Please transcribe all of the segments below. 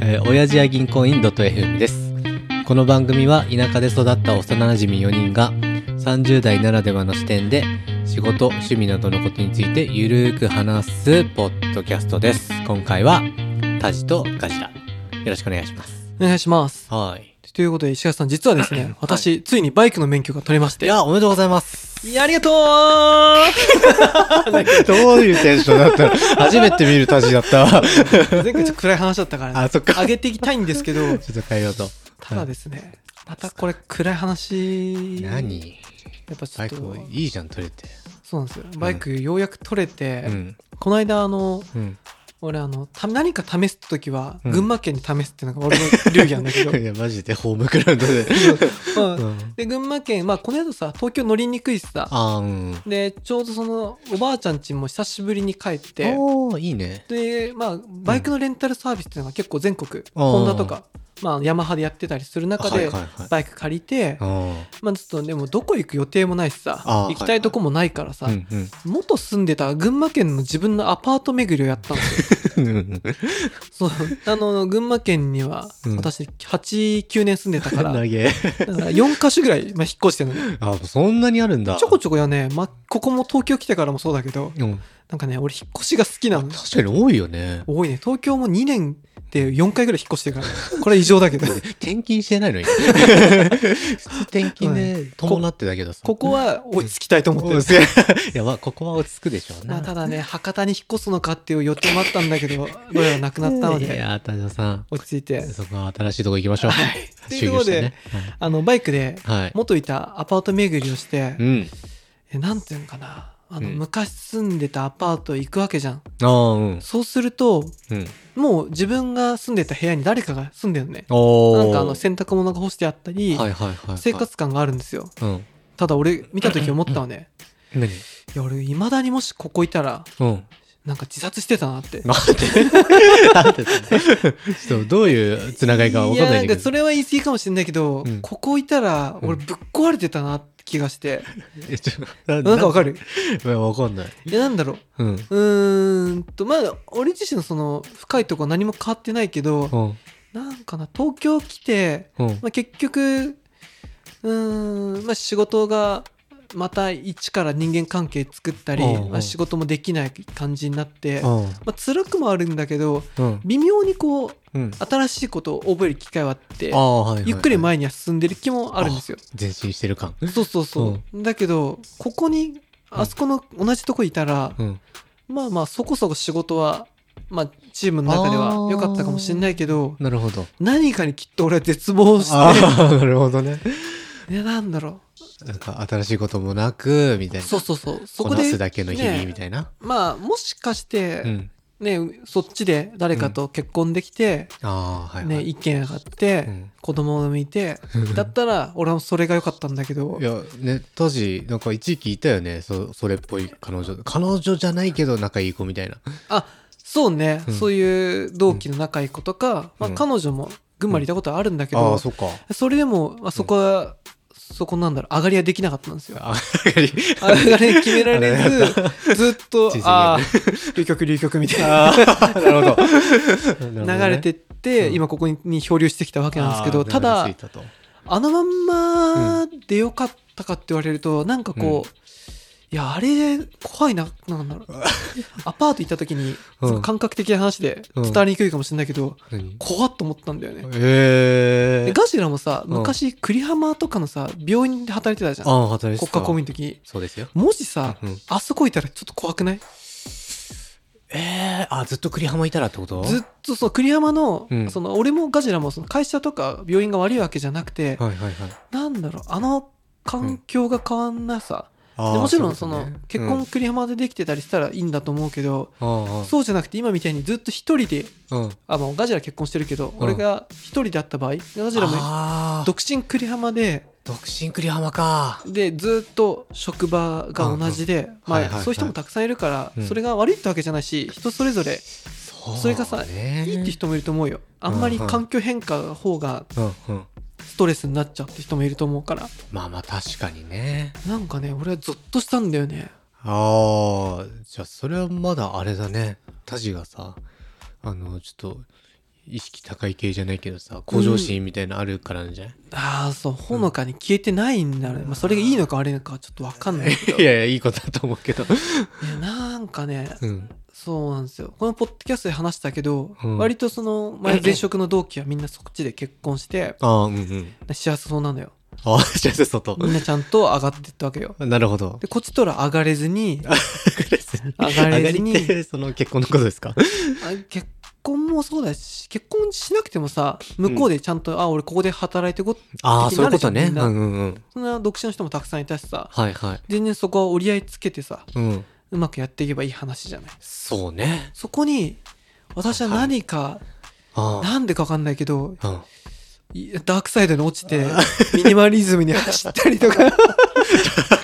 えー、親父や銀行員 .fm です。この番組は田舎で育った幼馴染4人が30代ならではの視点で仕事、趣味などのことについてゆるーく話すポッドキャストです。今回はタジとガジラ。よろしくお願いします。お願いします。はい。ということで、石川さん、実はですね、私、ついにバイクの免許が取れましいて。や、おめでとうございます。いや、ありが とうどういうテンションだ ったの初めて見るタジだったわ。前回ちょっと暗い話だったから ね、あ、そっか。上げていきたいんですけど、ちょっと変えようと。ただですね、またこれ暗い話。何やっぱちょバっイクと、いいじゃん、取れて。そうなんですよ。バイクようやく取れて、うん。この間、あの、うん。俺、あの、た何か試すときは、うん群馬県に試すっていうのが俺の流儀なん だけど、いや、マジでホームグラウンド で。まあうんで、群馬県、まあ、この間さ、東京乗りにくいしさ、あー、うん。で、ちょうどその、おばあちゃんちも久しぶりに帰って、おー、いいね。で、まあ、バイクのレンタルサービスっていうのが結構全国、あーホンダとか、まあ、ヤマハでやってたりする中で、はい。バイク借りて、あまあ、ちょっとでもどこ行く予定もないしさ、あー行きたいとこもないからさ、ーうんうん元住んでた群馬県の自分のアパート巡りをやったん ですよ。うんそう、あの、群馬県にはうん、私、8、9年住んでたから、投げ。だから4カ所ぐらい、まあ、引っ越してるのね。あ、そんなにあるんだ。ちょこちょこやね、まあ、ここも東京来てからもそうだけど、うんなんかね、俺引っ越しが好きなの。確かに多いよね。多いね。東京も2年で4回ぐらい引っ越してるから。これ異常だけど。転勤して ないのに。普通転勤で伴ってだけどさ。ここは 落ち着きたいと思ってる。すげえ いや、まあ、ここは落ち着くでしょうまあ、 たな。だね、博多に引っ越すのかっていう予定もあったんだ けど、どれはなくなったのいで、やー、田島さん。落ち着いて。そこは新しいとこ行きましょう。はい。とい終うこ了としてでね、。あの、バイクで、はい。はい元いたアパート巡りをしてう、ん。えなんていうのかな。あの、うん昔住んでたアパート行くわけじゃん。ああ、うん。そうすると、うん。もう自分が住んでた部屋に誰かが住んでるのね。おーなんかあの、洗濯物が干してあったり、はいはいはいはい。生。活感があるんですよ。うん。ただ俺見た時思った のね。何いや俺未だにもしここいたらうん。なんか自殺してたなって。待って。なんで ちょっとどういうつながりかわかんないんやだなんかけど。それは言い過ぎかもしれないけど、うんここいたらう俺んぶっ壊れてたなって気がして、えちょ ななんかわかるいやわかんない。いやなんだろううん。うーんとまあ俺自身のその深いとこは何も変わってないけどうん。なんかな東京来て、うん。まあ、結局うーんまあ仕事がまた一から人間関係作ったり、うんうんまあ、仕事もできない感じになって、まうんあ辛くもあるんだけどうん。微妙にこううん。新しいことを覚える機会はあってあ、あ、はいはいはい。ゆっくり前には進んでる気もあるんですよ。前進してる感。そうそうそう。だけど、ここに、あそこの同じとこいたら、うん。まあまあ、そこそこ仕事は、まあ、チームの中では良かったかもしれないけど、なるほど。何かにきっと俺は絶望して、 ああ、 なるほどね。ね、なんだろ。なんか新しいこともなく、みたいうな。そうそうそう。そここなで、すだけの日々みねたいな。まあ、もしかして、うん。ね、そっちで誰かと結婚できて、ああ、はいはね、い。意見上がって、うん子供がいて、だったら俺はそれが良かったんだけどい、や、ね、当時、なんか一時期いたよね。そ、それっぽい彼女。彼女じゃないけど仲いい子みたいな。あそうね、うんそういう同期の仲いい子とか、うんまあ、彼女も群馬にいたことはあるんだけあど、あ、そっか。それでも、まあ、そこは、そこなんだろう上がりはできなかったんですよ。あ、やはり上がり決められ ずずっと縮めるああ流局流局みたいなあーなる ほど。流れてっるて、うん今ここに漂流してきたわけなんですけどただあのまんまでよかったかって言われるとなんかこう、いやあれ怖いななんだ ろうアパート行った時に、うんその感覚的な話で伝わりにくいかもしれないけど、怖っと思ったんだよね。えでえ。ガジラもさ、うん昔、栗浜とかのさ、病院で働いてたじゃん。ああ、働いて国た家公務員の時。そうですよ。もしさ、うんあそこいたらちょっと怖くないええ、あ、ずっと栗浜いたらってことずっとその栗山の、うんその俺もガジラもその会社とか病院が悪いわけじゃなくて、はいはいはい。なんだろう、あの環境が変わんなさ。あでーもちろんそそうの、だね結うん婚栗浜でできてたりしたらいいんだと思うけど、あそうじゃなくて今みたいにずっと一人で、あ、うん。あ、まあガジラ結婚してるけど、ん俺が一人であった場合、ガジラもああ、独身栗浜で、独身栗浜か。でずっと職場が同じでまはいはいあはいそういう人もたくさんいるから、うんそれが悪いってわけじゃないし人それぞれそそれがさいいっ人。て人もいると思うよあんまり環境変化の方がうんうん。ストレスになっちゃうって人もいると思うからまあまあ確かにね。なんかね俺はゾッとしたんだよねああ、じゃあそれはまだあれだね。タジがさ、あの、ちょっと、意識高い系じゃないけどさ向上心みたいなのあるからなんじゃない、ああ、そう、ほのかに消えてないんだね。まあ、それがいいのか悪いのかちょっとわかんないけ ど。いいやいやいいことだと思うけどやなんかね、うんそうなんですよ。このポッドキャストで話したけど、うん割とその、前前職の同期はみんなそっちで結婚して、ああうんうん幸せそうなのよ。ああじゃあ外みんなちゃんと上がってったわけよ。なるほどで、こっちとら上がれずに、上上がれずりにってその結婚のことですかあ結婚もそうだし、結婚しなくてもさ、向こうでちゃんと、あ、俺ここで働いてこっああそういうことねうんみんなうんうんそんな独身の人もたくさんいたしさ、はいはい全然そこは折り合いつけてさ、うんうまくやっていけばいい話じゃない。そうねそこに、私は何か、ああなんでかわかんないけど、うんいダークサイドに落ちて、ミニマリズムに走ったりとか、ダー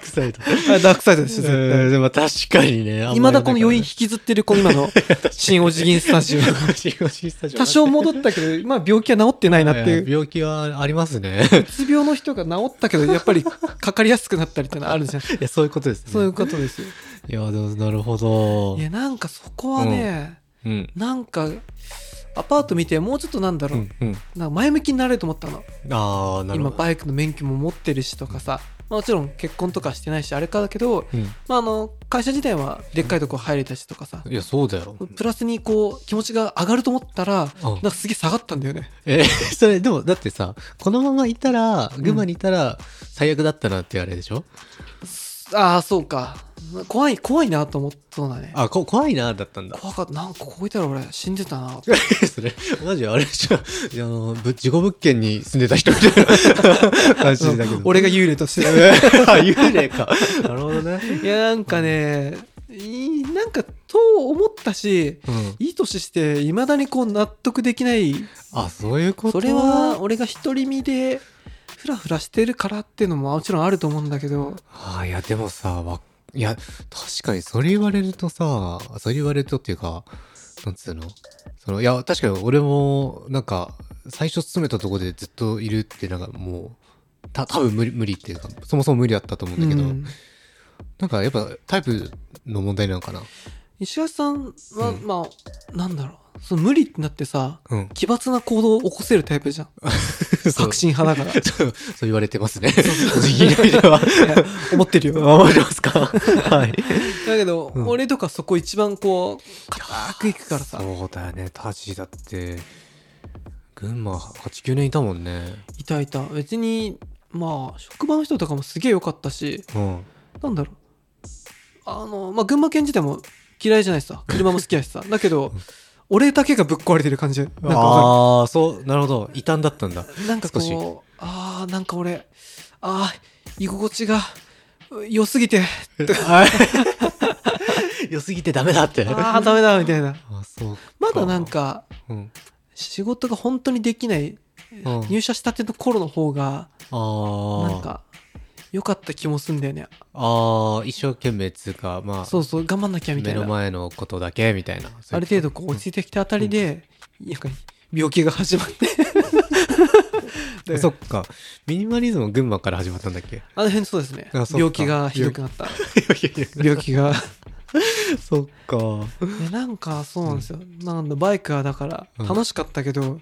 クサイドダークサイドですよ、絶 対。うんでも確かにねいまだこの余韻韻引きずってる、この今の、新おじぎんスタジオ。多多少戻ったけど、まあ病気は治ってないなっていう。病気はあります ねうつ病の人が治った けど、やっぱりかかりやすくなったりってのはあるじゃん。いやそういうことですねそういうことですよ。いやでもなるほどいや、なんかそこはね、うんなんか、アパート見て、もうちょっとなんだうろう、んうんなんか前向きになれると思ったの。ああなるほ今どバイクの免許も持ってるしとかさ、まあ、もちろん結婚とかしてないしあれからだけど、うんまあ、あの会社自体はでっかいとこ入れたしとかさ、いやそうだよプラスにこう気持ちが上がると思ったら、うんなんかすげえ下がったんだよねえ それでもだってさこのままいたら群馬にいたら最悪だったなってあれでしょああそうか怖い怖いなと思ったそうだねあこ怖いなだったん だ怖かったなんかここいたら俺死んでたなそれマジあれじゃいやあのぶ事故物件に住んでた人み たいな感じだけど俺が幽霊として あ幽霊かなるほどね いやなんかねいいなんかと思ったしうんいい年していまだにこう納得できないあそういうことそれは俺が独り身でフラフラしてるからっていうのももちろんあると思うんだけどああいやでもさわいや確かにそれ言われるとさそれ言われるとっていうかなんつうのそのいや確かに俺もなんか最初勤めたとこでずっといるってなんかもうた多分無理無理っていうかそもそも無理だったと思うんだけど、うんなんかやっぱタイプの問題なのかな石橋さんは、うんまあなんだろうその無理ってなってさうん奇抜な行動を起こせるタイプじゃん そう革新派だ からそうそう言われてますねお辞儀の意味ではいや思ってるよだ 思いますか はいけど、うん俺とかそこ一番こう固くいくからさそうだよねタジだって群馬89年いたもんねいたいた別にまあ職場の人とかもすげえ良かったしうんなんだろうあのまあ群馬県自体も嫌いじゃないしさ車も好きやしさだ けど俺だけがぶっ壊れてる感じなんかわかるああーそうなるほど異端だったんだなんかこう、ああ、なんか俺、ああ、居心地がう良すぎて、良すぎてダメだってああ、ダメだ、みたいな。あそうまだなんか、うん仕事が本当にできない、うん入社したての頃の方が、あーなんか、良かった気もすんだよね。あー一生懸命つうかまあそうそう、頑張んなきゃみた目いのな。前のことだけみたいなある程度こう落ち着いてきたあたりで、なんか、病気が始 まって。度そっかミニマリズムは群馬から始まったんだっけあの辺そうですねあそっ。か病気がひどくなった。病病気 が。気そっかうんねなんか、そうなんですよ。なんだ、バイクはだから、うん楽しかったけど、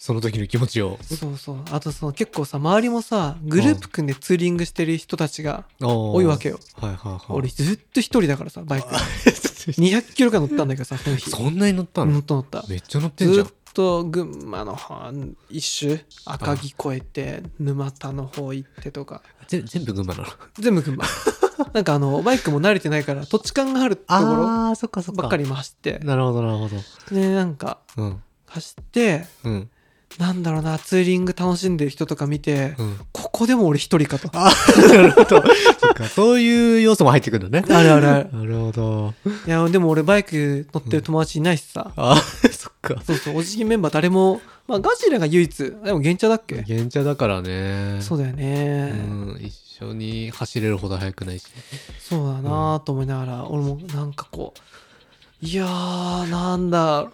その時の気持ちをそうそうあとその結構さ周りもさグループ組んでツーリングしてる人たちが多多いわけよはいはいはい俺ずっと一人だからさバイク200キロが乗ったんだけどさその日 そんなに乗った乗のった乗っためっちゃ乗ってんじずゃっんと群馬の方一周赤城越えて沼田の方行ってとかぜ全部群馬なの全部群 馬なんかあのバイクも慣れてないから土地勘があるところーそっかそばっかり今走ってなるほどなるほでなんかどうん走ってうんなんだろうなツーリング楽しんでる人とか見て、うんここでも俺一人かとそっか そういう要素も入ってくるのね。あるあるあるなるほど。いやでも俺バイク乗ってる友達いないしさ、あ、 そっか。そうそうおじぎメンバー誰もまあガジラが唯一でも現茶だっけ現茶だからね。そうだよね、うん、一緒に走れるほど速くないし。そうだなと思いながら、俺もなんかこういやーなんだ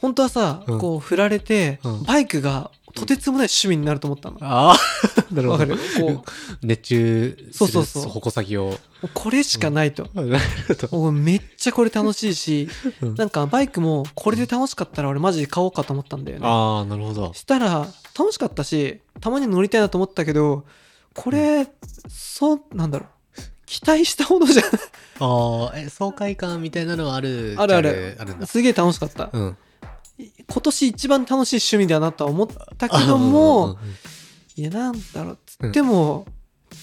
本当はさ、うんこう振られて、うんバイクがとてつもない趣味になると思ったの。あ あ、なるわほかど。るこ熱中するそうそうそう矛先を。う、これしかないと。 なるほど。もうめっちゃこれ楽しいし、 うんなんかバイクもこれで楽しかったら俺マジで買おうかと思ったんだよね。ああ、なるほど。したら楽しかったし、たまに乗りたいなと思ったけど、これ、そう、なんだろう。期待したほどじゃない。ああ、え、爽快感みたいなのはある。あるあじゃる。あるんだ。すげえ楽しかった。うん。今年一番楽しい趣味だなとは思ったけあども、、うんうんうんいや、なんだろう。つっても、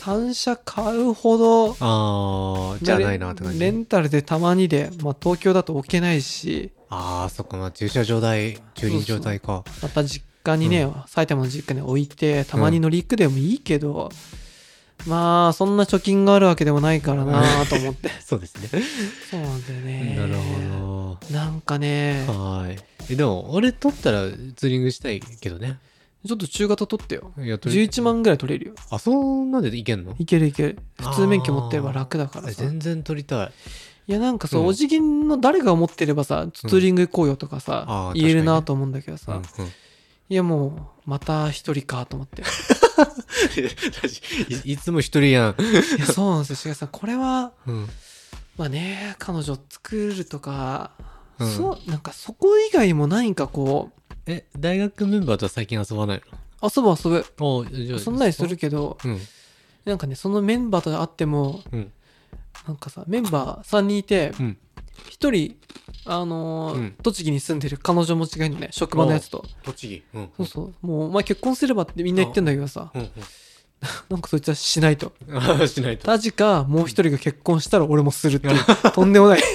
単車買うほど、ああ、じゃないなって感レじ。ンタルでたまにで、まあ、東京だと置けないしああ、そっか、まあ、駐車場代、駐輪場代か。また実家にね、埼玉の実家に置いてたまに乗り行くでもいいけど、まあそんな貯金があるわけでもないからなと思ってそうです そうなんだよねね。なるほなんかねど。はい。え、でも、俺取ったらツーリングしたいけどね。ちょっと中型取ってよいや取り11万ぐらい取れるよあ、そんなんでいけんのいけるいける普通免許持ってれば楽だからえさ全然取りたい。いやなんかそう、うんお辞儀の誰が思ってればさツーリング行こうよとかさ、あー言える確かになねと思うんだけどさ、うんうんいやもうまた一人かと 思っていいつも一人やん。いやそうなんですよ志賀さんこれはうん。まあね彼女作るとか、うんそうなんかそこ以外も何かこうえ、大学メンバーとは最近遊ばない遊ぶ遊ぶのあじゃあそんなにするけどうん。なんかねそのメンバーと会ってもうん。なんかさメンバー3人いてうん。 1人あのーうん栃木に住んでる彼女持ちがいるのね職場のやつと栃木。うん。そうそうもうお前結婚すればってみんな言ってんだけどさうん。なんかそいつはしないとうん。 しないと。たじかもう1人が結婚したら俺もするっていうとんでもない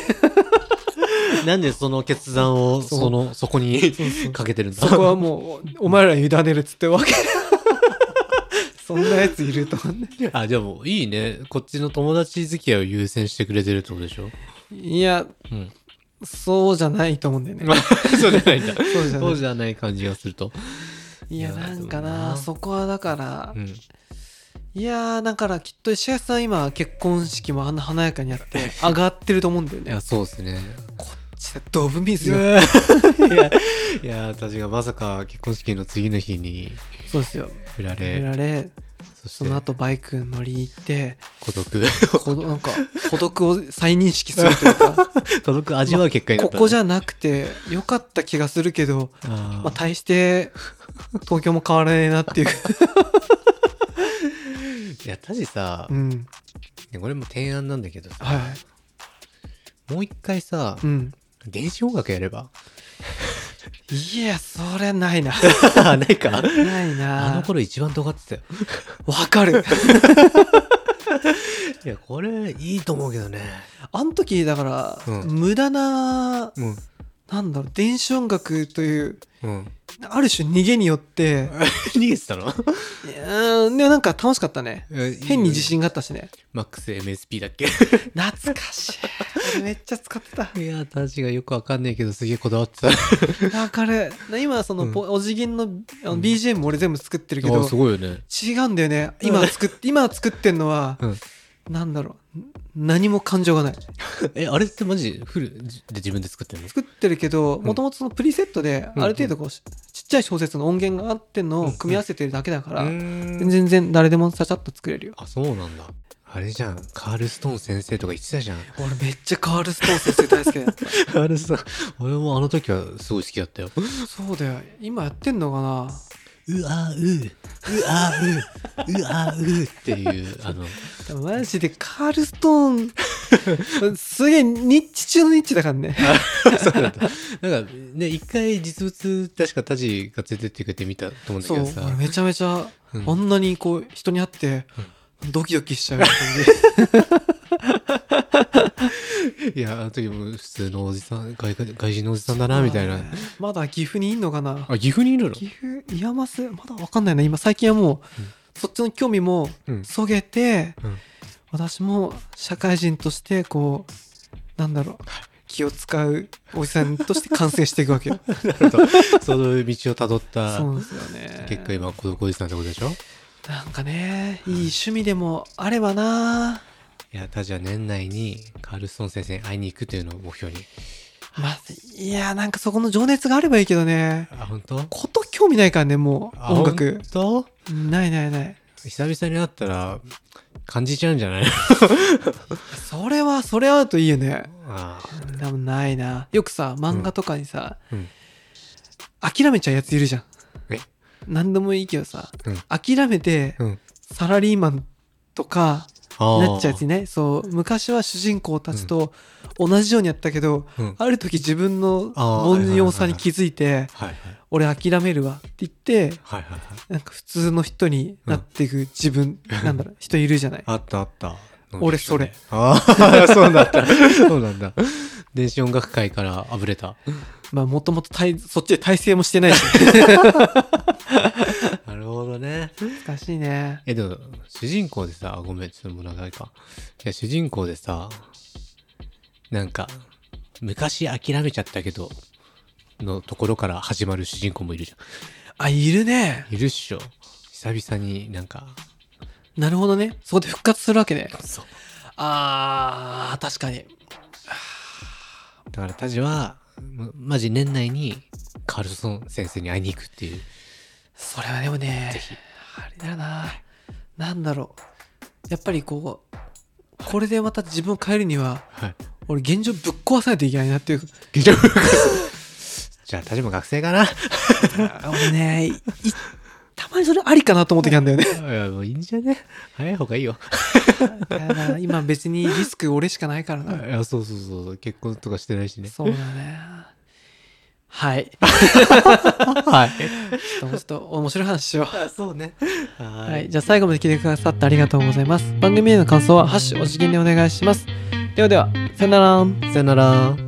なんでその決断を、そうその、そこにかけてるんそだこはもうお前らに委ねるっ つってわけそんなやついると思うねあ、じゃあもういいね。こっちの友達付き合いを優先してくれてるってことでしょいや、うんそうじゃないと思うんだよね。 そうじゃないんだ。そうじゃなそいうじゃない感じがすると。いや、いやなんかでもな、なそこはだからう、ん。いやー、だからきっと石橋さん今結婚式もあんな華やかにや って、上がってると思うんだよいねや、。そうですね。こっちでドブ水いよ。や、いや、私がまさか結婚式の次の日にそうですよ。振らやれ、られ、そしそての後バイク乗り行って、孤独。このなんか、孤独を再認識するというか、 孤独味わう結果になこったね、こじゃなくて、よかった気がするけど、あーまあ、大して、東京も変わらねえなっ ていう。いや、たじさ、うん。これも提案なんだけどさ、はい。もう一回さ、うん。電子音楽やればいや、それないな。 ないか。ない あなの頃一番尖ってたよ。わかる。いや、これいいと思うけどね。あの時、だから、うん無駄な、うん。なんだろう、電子音楽という、うん。ある種逃げによって、 逃げてたのいやーでもなんか楽しかったね。変に自。信があったしね。マックス MSP だっけ懐かしい。めっちゃ使ってた。いや、たじがよくわかんないけど、すげえこだわってた。わか る。な今、その、うんポお辞儀のあの BGM も俺全部作ってるけあど、すごいよね。違うんだよね。今作っ、今作ってんのは、うんなんだろう、ん何も感情がない。 え、あれってマジフルで自分で作ってるの作ってるけどもともとそのプリセットでうんある程度こうしちっちゃい小説の音源があってのを組み合わせてるだけだから全全然誰でもさちゃっと作れるよあ、そうなんだ。あれじゃん、カール・ストーン先生とか言ってたじゃん。俺めっちゃカール・ストーン先生大好きだよカール・ストー ン、俺もあの時はすごい好きだ ったよ。 そうだよ今やってんのかなうあう、うあう、うあうって いう、あの、でもマジでカール・ストーンすげえニッチ中のニッチだからねそうなんだ。なんかね、一回実物、確かタジが連れてってくれて見たと思うんだそけうど俺さ。めちゃめちゃうんあんなにこう人に会ってドキドキしちゃう感いや、あの時も普通のおじさん、外外人のおじさんだな、じみたいな。まだ岐阜にいんのかなあ、岐阜にいるの岐阜イヤマスまだわかんないな今最近はもう、そっちの興味もうんそげて、うん私も社会人としてこうなんだろう気を使うおじさんとして完成していく わけよその道をたどったそうですよね結果、今、孤独おじさんってことでしょなんかねいい趣味でもあればないや、タジは年内にカール・ストーン先生に会いに行くというのを目標に。まあ、いや、なんかそこの情熱があればいいけどね。あ、本当こと興味ないからね、もう、あ音楽。本当ないないない。久々に会ったら感じちゃうんじゃないそれは、それあるといいよね。あでもないな。よくさ、漫画とかにさ、うん諦めちゃうやついるじゃん。え何でもいいけどさ、うん諦めて、うんサラリーマンとか、あなっちゃうやつね。そう、昔は主人公たちと同じようにやったけど、うんある時自分のあー凡庸さに気づいて、はいはい俺諦めるわって言って、はいはいはいなんか普通の人になっていく 自分、なんだろう、人いるじゃない。あったあった俺それああ そうなんだそうなんだ電子音楽界からあぶれたまあもともと体そっちで体制もしてないし。 なるほどね難しいね。えでも主人公でさあごめんちょっともう長いかいや主人公でさなんか昔諦めちゃったけどのところから始まる主人公もいるじゃあ、いるね。んいるっしょ久々になんかなるほどね。そこで復活するわけね。そうあー、確かに。だからタジは、まマジ年内にカールソン先生に会いに行くっていう。それはでもね、ぜひあれだよな。なんだろう。やっぱりこう、これでまた自分を変えるには、はい。 俺現状ぶっ壊さないといけないなっていう。じゃあタジも学生かない俺ね、いたまにそれありかなと思ってきたん だよね。や、もういいんじゃね早い方がいいよ。やだ今別にリスク俺しかないからいな。や、そうそうそう。結婚とかしてないしね。そうだね。はい。はい。ちょっともうちょっと面白い話しよう。あそうね。ははい、。じゃあ最後まで聞いてくださってありがとうございます。番組への感想は、ハッシュお辞儀でお願いします。ではでは、さよなら。さよなら。